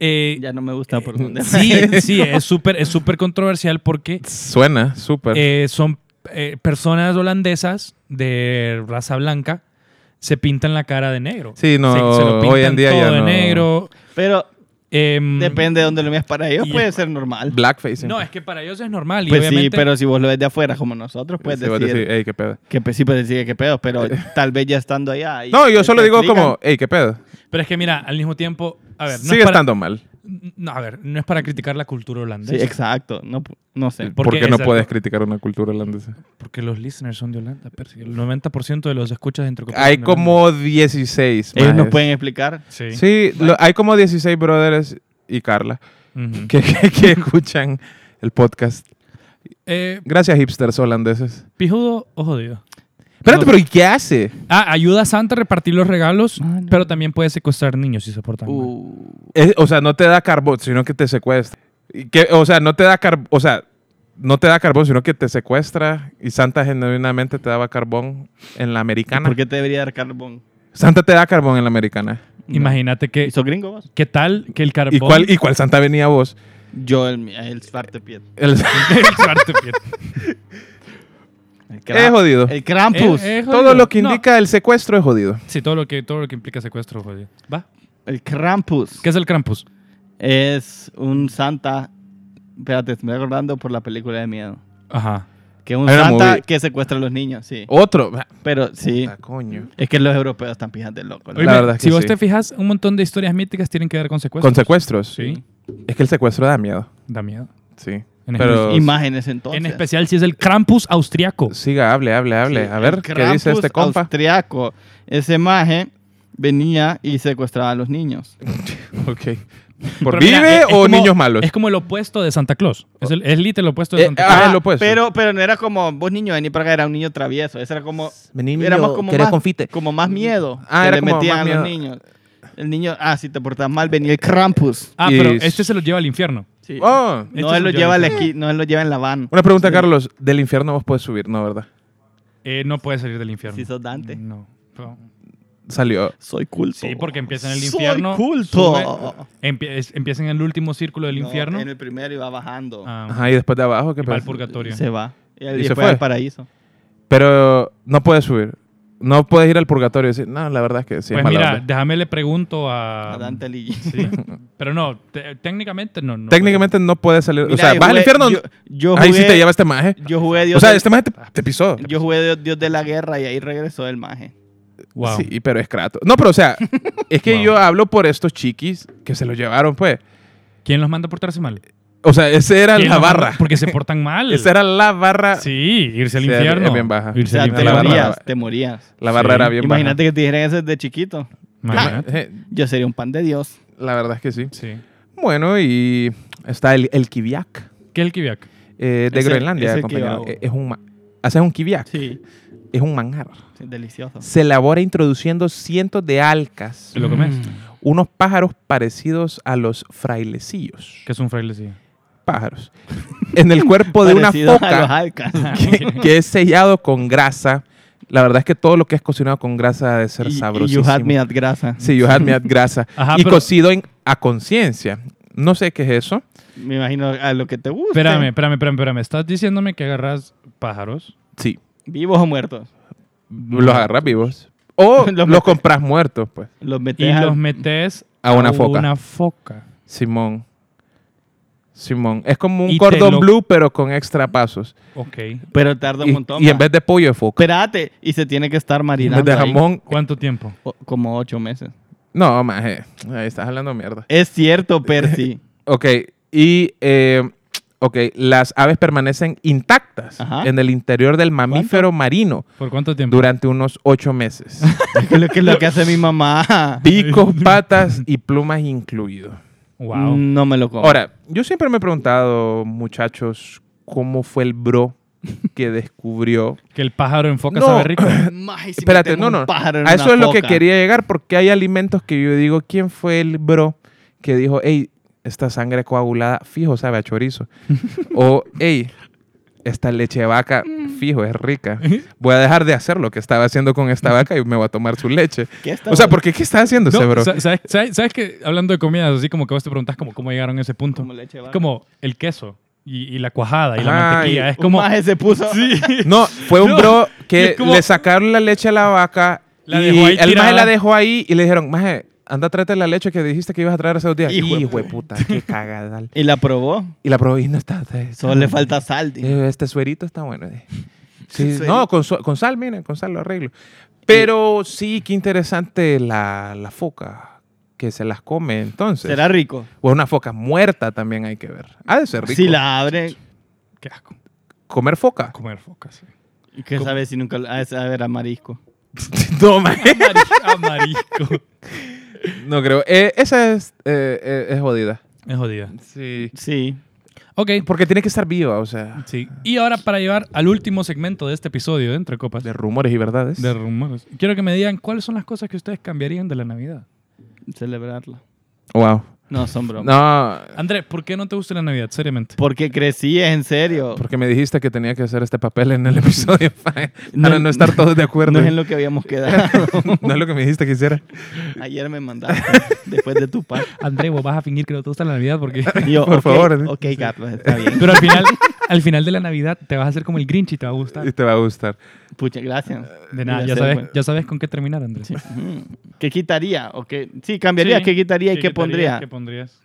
eh, Ya no me gusta por Andrés. sí, sí, es súper es súper controversial porque Suena súper. eh, son eh, personas holandesas de raza blanca se pintan la cara de negro. Sí, no, Se- se lo hoy en pintan día todo ya de no. negro. Pero Mm. em, depende de dónde lo veas para ellos, Y- puede ser normal. Blackface. No, es que para ellos es normal. Y Pues sí, obviamente, pero si vos lo ves de afuera como nosotros, puedes Sí, vos decir decís, eh. "Ey, qué pedo. que pues, sí puedes decir que pedo, pero tal vez ya estando allá. y No, yo te- solo te digo explican. como, hey, qué pedo. pero es que mira, al mismo tiempo, a ver, no Sigue es para, estando mal. no, a ver, no es para criticar la cultura Sí, holandesa, exacto. No, no sé. ¿Por Porque qué no es puedes algo- criticar una cultura holandesa? porque los listeners son de Holanda, pero sí, el 90% de los escuchas dentro Hay como 16. Ellos nos majes. pueden explicar. Sí. Sí, lo- hay como 16 brothers y Carla Ujú. que, que- que escuchan el podcast. Eh, Gracias, hipsters holandeses. pijudo o jodido. Espérate, No. pero ¿y qué hace? Ah, ayuda a Santa a repartir los regalos, Ah, no. pero también puede secuestrar niños si se portan mal. Uh, Es- o sea, no te da carbón, sino que te secuestra. Y que- o sea, no te da carbón, o sea, no te da carbón, sino que te secuestra y Santa genuinamente te daba carbón en la americana. ¿Por qué te debería dar carbón? Santa te da carbón en la americana. Imagínate que, ¿Y sos gringo vos? ¿qué tal que el carbón... ¿Y cuál, ¿Y cuál Santa venía a vos? Yo, el, el Svarte Piet. El- El Zwarte Piet. El es jodido. El Krampus. Eh, eh, jodido. Todo lo que No, indica el secuestro es jodido. Sí, todo lo que, todo lo que implica secuestro, jodido. ¿Va? El Krampus. ¿Qué es el Krampus? Es un santa. Espérate, me estoy acordando por la película de miedo. Ajá. Que es un Hay una santa movie. Oh. que secuestra a los niños, sí. Otro. Pero sí, Ah, coño. es que los europeos están pijantes locos. Oye, ¿no? La verdad es que si vos sí. te fijas, un montón de historias míticas tienen que ver con secuestros. Con secuestros. Sí, Es que el secuestro da miedo. da miedo. Sí. En Pero Imágenes entonces. En especial si es el Krampus austriaco. siga, hable, hable, Sí, hable. a el ver, ¿qué dice Krampus este compa? austriaco. Ese imagen venía y secuestraba a los niños. Ok. ¿Por Pero mira, vive es- o es como- niños malos? Es como el opuesto de Santa Claus. Es, el, es literal el opuesto de Eh, Santa ah, Claus. es lo opuesto. Pero, pero no era como, vos niño, vení para acá, era un niño travieso. Ese era como, era más como más, como más miedo Ah, que era le como metían a más los miedo. niños. El niño, ah, si te portas mal, venía el Krampus. Ah, pero Y- este se lo lleva al infierno. Sí. Oh. No, Este él lo soy yo, lleva al dice. esquí, no, él lo lleva en la van. Una pregunta, Sí. Carlos. Del infierno vos puedes subir, ¿no, verdad? Eh, no puede salir del infierno. Si sos Mm. Dante. No. pero- Salió. Soy culto. Sí, porque empieza en el Soy infierno. culto. sube, empie- es- empieza en el último círculo del No, infierno. En el primero y va bajando. Ah, Ajá, y después de abajo, ¿qué y va al pasa? purgatorio. Se va. Y, ¿Y se después fue? al paraíso. Pero no puedes subir. No puedes ir al purgatorio y decir, no, la verdad es que sí es Pues mala mira, onda". déjame le pregunto a. a Dante Ligi. Sí. Pero no, te- técnicamente no. no Técnicamente no puedes salir. o Mira, sea, yo vas al jugué- infierno. Yo, yo jugué, ahí sí te lleva este maje. Yo jugué Dios, O sea, del- este maje te, te pisó. yo jugué Dios, Dios de la guerra y ahí regresó el maje. Wow. Sí, pero es Kratos. No, pero o sea, es que Wow. yo hablo por estos chiquis que se lo llevaron, pues. ¿Quién los manda a portarse mal? O sea, ese era ¿Quién la los manda? barra. Porque se portan mal. Esa era la barra. Sí, irse al Sí, es- infierno. es bien baja. O Irse sea, al te la infierno. barra morías, brava. te morías. La barra Sí. era bien baja. Imagínate que te dijeran eso desde chiquito. Ah. Imagínate. Eh, Yo sería un pan de Dios. La verdad es que sí. Sí. Bueno, y está el, el kiviak ¿Qué es el kibiak? eh, de Ese- Groenlandia, ese compañero. kebab. Eh, Es un ma- o sea, es un kiviak, Sí. es un manjar. delicioso. Se elabora introduciendo cientos de alcas, ¿Te lo comes? Mm. unos pájaros parecidos a los frailecillos, ¿Qué es un frailecillo? pájaros, en el cuerpo de una Parecido A los foca alcas. que, que es sellado con grasa. La verdad es que todo lo que es cocinado con grasa debe ser Y- y sabrosísimo. you had me at Ah, grasa. Sí, you had me at grasa. Ajá, y pero- cocido en- a conciencia. No sé qué es eso. Me imagino a lo que te gusta. Espérame, espérame, espérame, espérame. ¿Estás diciéndome que agarras pájaros? Sí, Vivos o muertos. los agarras vivos. O Los los, metes. compras muertos, pues. Los metes Y al- los metes A una foca. una foca. Simón. Simón. Es como un Y te cordón lo- blue, pero con extra pasos. Ok. Pero tarda un Y, montón. y en ma. vez de pollo, es foca. Espérate, y se tiene que estar En marinando. vez de ahí jamón. ¿Cuánto tiempo? o- como ocho meses. No, maje. Ahí estás hablando mierda. Es cierto, Percy. Ok. Y. eh, ok. Las aves permanecen intactas Ajá. en el interior del mamífero marino ¿Por cuánto tiempo? durante unos ocho meses. que lo que, lo que hace mi mamá. Picos, patas y plumas incluidos. Wow. Mm. No me lo como. Ahora, yo siempre me he preguntado, muchachos, cómo fue el bro que descubrió. Que el pájaro enfoca No. sabe rico. Ma, y si Espérate, no, metemos un no. pájaro en A eso una es lo que foca. quería llegar, porque hay alimentos que yo digo, ¿quién fue el bro que dijo, hey, esta sangre coagulada, fijo, sabe a chorizo? o, hey, esta leche de vaca, fijo, es rica. Voy a dejar de hacer lo que estaba haciendo con esta vaca y me voy a tomar su leche. ¿Qué está- O sea, ¿por qué qué está haciendo No, ese bro? sa- ¿sabes, sabes, sabes que hablando de comidas, así como que vos te preguntás como cómo llegaron a ese punto? Como leche de vaca. como el queso y, y la cuajada y la Ajá, mantequilla. y- Es como. Un maje se puso. No, fue un No, bro y que es como- le sacaron la leche a la vaca La y dejó ahí el maje tirada. la dejó ahí y le dijeron, maje, anda tráete la leche que dijiste que ibas a traer hace dos días. Hijo Hijo, de de puta, qué cagadal. Y la probó. Y la probé y no está. está- está Solo le buena. falta sal. dijo. Eh, Este suerito está bueno. eh. Sí, Suerito. no, con, su- con sal, miren, con sal lo arreglo. Pero sí, qué interesante la, la foca que se las come entonces. Será rico. O una foca muerta también hay que ver. Ha de ser rico. Si la abre, Qué asco. Comer foca. Comer focas. sí. ¿qué ¿Cómo? sabe si nunca lo- ha de saber a marisco? no, maje. Amari- Amarisco. No creo. Eh, esa es, eh, eh, es jodida. Es jodida. Sí. Sí. Ok. Porque tiene que estar viva, o sea, Sí. Y ahora para llevar al último segmento de este episodio de Entre Copas. de rumores y verdades. de rumores. Quiero que me digan cuáles son las cosas que ustedes cambiarían de la Navidad. Celebrarla. wow. No, son bromas. No, Andrés, ¿por qué no te gusta la Navidad? Seriamente. Porque crecí, es en serio. porque me dijiste que tenía que hacer este papel en el episodio para no, No- estar todos de acuerdo. No es en lo que habíamos quedado. lo que me dijiste que hiciera. Ayer me mandaste después de tu parte. Andrés, vos vas a fingir que no te gusta la Navidad porque... Y yo, Por ok, favor. Ok, Carlos, está bien. Pero al final, al final de la Navidad te vas a hacer como el Grinch y te va a Y gustar. te va a gustar. Pucha, gracias. Eh, De nada, Ya ya sé, sabes, bueno. ya sabes con qué terminar, Andrés. Sí. Ujú. ¿Qué quitaría? ¿O qué? Sí, cambiaría. Sí. ¿Qué quitaría y qué, pondría? ¿Qué pondrías?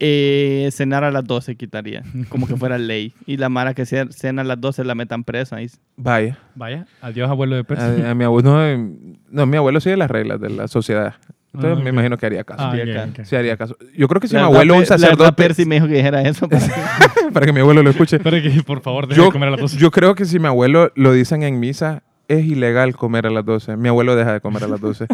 Eh, cenar a las 12 quitaría. Como que fuera ley. Y la mara que ce- cena a las 12 la metan presa. Y... Vaya. Vaya, adiós abuelo de Percy. A, a mi abuelo, no, em, no, mi abuelo sigue las reglas de la sociedad. Entonces Ah, me ok. imagino que haría caso. Ah, sí, ok, acá. ok. Sí, haría caso. Yo creo que si mi La abuelo verdad, un Pe- la verdad, sacerdote, Percy me dijo que dijera eso. pues. para que- para que mi abuelo lo escuche, Espera que, por favor, deje Yo- de comer a las dos. Yo creo que si mi abuelo lo dicen en misa, es ilegal comer a las 12. Mi abuelo deja de comer a las 12.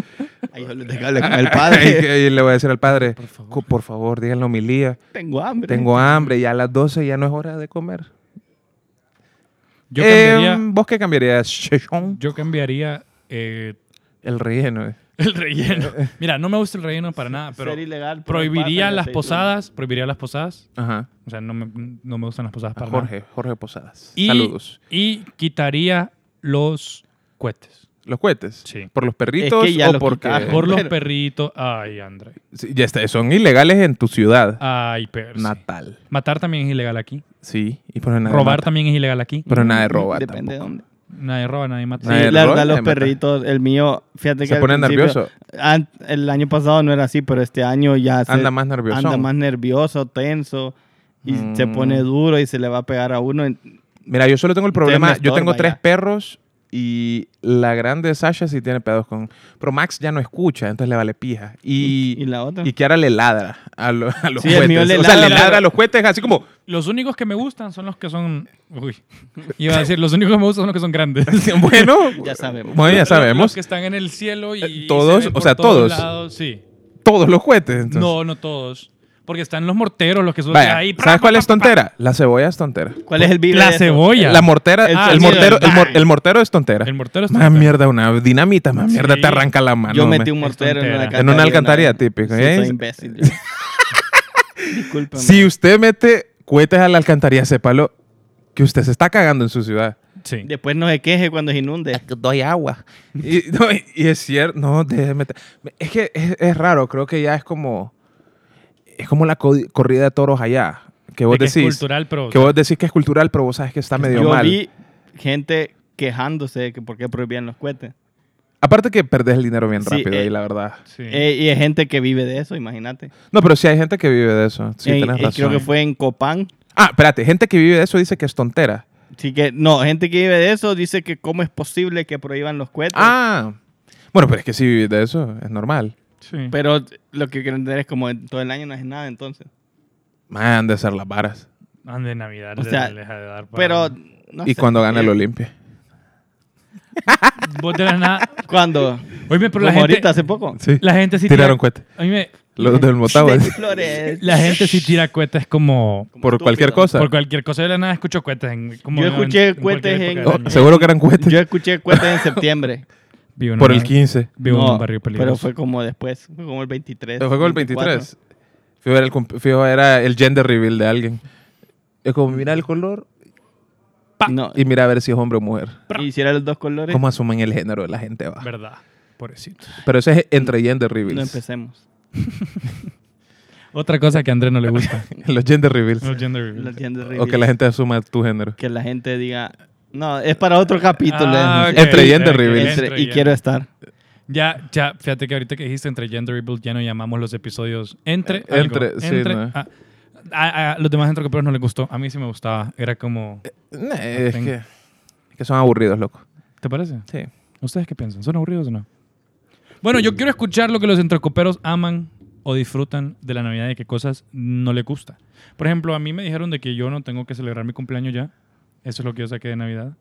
Ay, yo le tengo que hablar con el y, padre. que- y le voy a decir al padre, "Co- por favor, digan la homilía. tengo hambre. Tengo hambre y a las 12 ya no es hora de comer. Yo Eh, cambiaría, ¿Vos qué cambiarías? Sheshon, yo cambiaría eh, El relleno. eh. el relleno. Mira, no me gusta el relleno para nada, pero Ser ilegal, pero pasa prohibiría el las aceite. posadas, prohibiría las posadas. Ajá. O sea, no me, no me gustan las posadas para nada. Jorge, Jorge Posadas. Y- Saludos. Y quitaría los cohetes. ¿Los cohetes? Sí. Ah, ¿Por los perritos Es que ya o los porque...? quitaron. Por los Pero- perritos. Ay, André. Sí, ya está, son ilegales en tu ciudad Ay, Percy. natal. Matar también es ilegal aquí. Sí. Y por nada de Robar mata. también es ilegal aquí. Pero nada de robar Mm, Depende de tampoco. dónde. Nadie roba, nadie mata. Sí, Nadie la roba, verdad, los nadie mata. perritos, el mío, fíjate que. Se al pone principio- nervioso. An- el año pasado no era así, pero este año ya se- Anda más nervioso. anda más nervioso, tenso, y Mm. se pone duro y se le va a pegar a uno. en- Mira, yo solo tengo el Usted problema. me Yo tengo estorba tres ya. perros y la grande Sasha sí tiene pedos con. Pero Max ya no escucha, entonces le vale pija. Y, ¿Y la otra? Y Kiara le ladra a, lo- a los Sí, juguetes. el mío le o sea, le ladra. ladra a los juguetes así como. Los únicos que me gustan son los que son. Uy. Iba a decir, los únicos que me gustan son los que son grandes. Bueno, Ya sabemos. Bueno, ya Los- Los sabemos. que están en el cielo y. Eh, todos, se ven o por sea, todos. lados, Sí. Todos los juguetes. entonces. No, no todos. Porque están los morteros, los que son Vaya, ahí. ¿Sabes cuál es tontera? La cebolla es tontera. ¿Cuál es el vive La de eso? cebolla. La mortera, El el, sonido mortero, del el, mor- bang. el mortero es tontera. El mortero es Más tontera. mierda, una dinamita, más mierda, Sí. te arranca la mano. Yo me- metí un mortero en una tontera. alcantarilla. En una alcantarilla, una vez. típico, Sí, ¿eh? soy imbécil. yo. Discúlpame. Si usted mete cohetes a la alcantarilla, sépalo que usted se está cagando en su ciudad. Sí. Después no se queje cuando se inunde. doy agua. Y, no, y- y es cierto, no, déjeme meter. Es que es, es raro, creo que ya es como. Es como la co- corrida de toros allá. Que vos De que es decís. cultural, pero. que vos decís que es cultural, pero vos sabes que está medio Yo mal. vi gente quejándose de que por qué prohibían los cohetes. Aparte que perdés el dinero bien Sí, rápido eh. ahí, la verdad. Sí. Eh, y hay gente que vive de eso, imagínate. No, pero sí hay gente que vive de eso. Sí, Eh, tenés eh, creo razón. que fue en Copán. Ah, espérate. Gente que vive de eso dice que es tontera. Así que, no, gente que vive de eso dice que cómo es posible que prohíban los cohetes. Ah. Bueno, pero es que si vivís de eso, es normal. Sí. Pero lo que quiero entender es como en todo el año no es nada entonces. Man, han de ser las varas. Ande Navidad, O le- sea, le deja de dar para- Pero, no y sé. cuando gana el Eh, Olimpia. Vos tenés nada. ¿Cuándo? Oíme, pero Como la gente, ahorita, hace poco. Sí. la gente sí Tiraron tira- cohete. Oíme, Los del Motagua. Baby Flores. la gente sí tira cohetes como Como Por estúpido. cualquier cosa. por cualquier cosa de la nada escucho cohetes en- como Yo en- escuché en cohetes cualquier en- época Oh, del año. seguro que eran cohetes. Yo escuché cuentas en septiembre. Vi uno Por en- el 15. Vi uno en No, un barrio Pero peligroso. fue como después, fue como el 23. Fue con el 24. 23. Fijo era el, cum- fijo era el gender reveal de alguien. Es como, mira el color Pa. No, y mira a ver si es hombre o mujer. y hiciera los dos colores. ¿Cómo asumen el género de la gente? Va? Verdad. Pobrecito. Pero eso es entre gender No reveals. empecemos. Otra cosa que a André no le gusta. Los gender reveals. los gender reveals. Los gender O que la reveals. gente asuma tu género. Que la gente diga, no, es para otro capítulo. Ah, es ok. decir, Entre gender Ok, reveals. entre- entre y gender. quiero estar. Ya, ya, fíjate que ahorita que dijiste entre gender rebuild ya no llamamos los episodios entre. Eh, entre, algo, sí, entre- no. ah, a, a los demás entrecoperos no les gustó. A mí sí me gustaba. Era como. Nah, es, tengo. que, es que son aburridos, loco. ¿Te parece? Sí. ¿Ustedes qué piensan? ¿Son aburridos o no? Bueno, yo quiero escuchar lo que los entrecoperos aman o disfrutan de la Navidad y qué cosas no les gusta. Por ejemplo, a mí me dijeron de que yo no tengo que celebrar mi cumpleaños ya. Eso es lo que yo saqué de Navidad.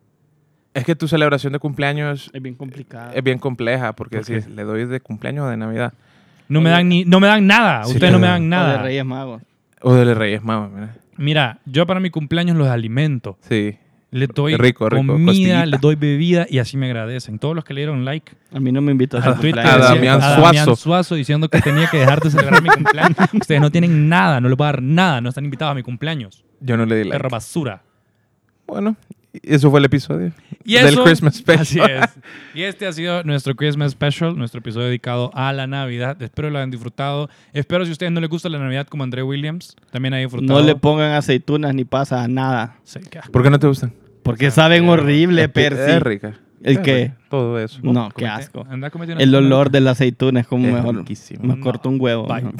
Es que tu celebración de cumpleaños Es bien complicado. es bien compleja porque ¿Por qué? decís, le doy de cumpleaños o de Navidad. No me dan ni, no me dan nada. Sí, Ustedes no me dan claro. O de nada. Reyes Magos. O de Reyes Magos, mira. Mira, yo para mi cumpleaños los alimento. Sí. Les doy Rico, rico, comida, costillita. les doy bebida y así me agradecen. Todos los que le dieron like A mí no me invitó a al hacer Twitter. A decían- Damián a Suazo. Suazo diciendo que tenía que dejar de celebrar mi cumpleaños. Ustedes no tienen nada, no les voy a dar nada, no están invitados a mi cumpleaños. Yo no le di like. Perro basura. Bueno, y eso fue el episodio Y del eso- Christmas Special. Así es. Y este ha sido nuestro Christmas Special, nuestro episodio dedicado a la Navidad. Espero lo hayan disfrutado. Espero si a ustedes no les gusta la Navidad como André Williams, también haya disfrutado. No le pongan aceitunas ni pasa a nada. Sí, qué asco. ¿Por qué no te gustan? Porque saben horrible, Es que- Es Percy. rica. ¿El Es qué? rica. Todo eso. No, qué Comete- asco. Ah, anda cometiendo El una- olor de la aceituna es como Es mejor. riquísimo. Me No. corto un huevo. Bye. ¿no?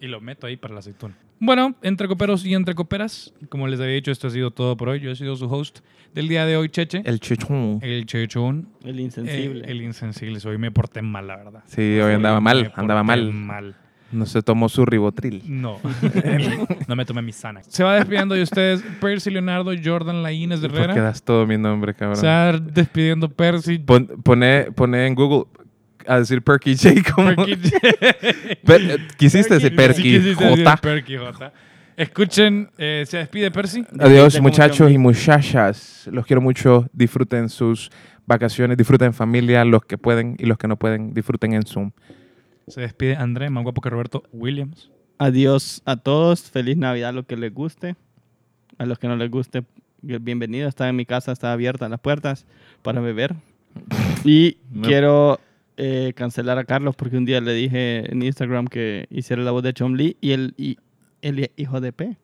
Y lo meto ahí para la aceituna. Bueno, entre coperos y entre coperas, como les había dicho, esto ha sido todo por hoy. Yo he sido su host del día de hoy, Cheche. El, El chichón. Chechón. El eh, insensible. el insensible. Hoy me porté mal, la verdad. Sí, hoy andaba me mal, porté andaba mal. mal. No se tomó su ribotril. No, no me tomé mi sana. Se va despidiendo de ustedes Percy Leonardo, Jordan Laínez Porque Herrera. das todo mi nombre, cabrón. Se va despidiendo Percy. Pon- pone, pone en Google a decir Perky J como... Perky- Per- eh, quisiste decir Sí, Perky quisiste decir J. Perky J. Escuchen, eh, se despide Percy. Adiós Depende muchachos cómo y muchachas. Los quiero mucho. Disfruten sus vacaciones, disfruten en familia, los que pueden y los que no pueden, disfruten en Zoom. Se despide André, más guapo que Roberto Williams. Adiós a todos. Feliz Navidad a los que les guste. A los que no les guste, bienvenido. Está en mi casa, está abierta las puertas para beber. Y No. quiero eh, cancelar a Carlos porque un día le dije en Instagram que hiciera la voz de Chom Lee y el, y, el hijo de P.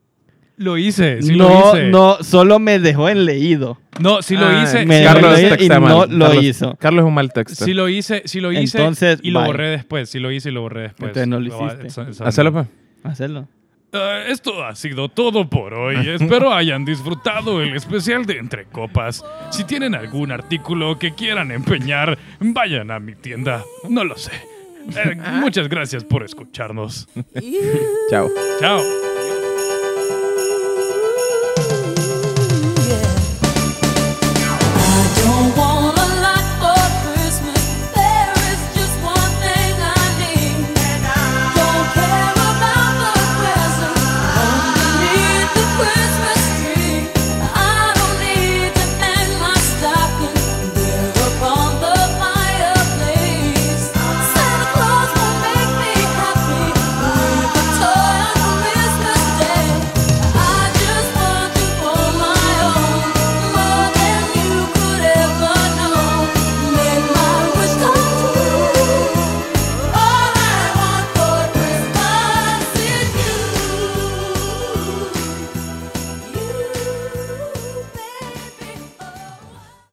Lo hice, Eh, sí no, lo hice. no, solo me dejó en leído. No, sí lo Ah, hice. me sí Eh, Carlos lo dejó hice, y textea no mal. lo Carlos- hizo. Carlos es un mal texto. Sí lo hice, sí lo hice. Entonces, y lo bye. borré después. Sí lo hice y lo borré después. Entonces no lo va- hiciste. eso- eso- Hacelo, pues. Hacerlo. Eh, esto ha sido todo por hoy. Espero hayan disfrutado el especial de Entre Copas. Si tienen algún artículo que quieran empeñar, vayan a mi tienda. No lo sé. Eh, muchas gracias por escucharnos. Chao. Chao.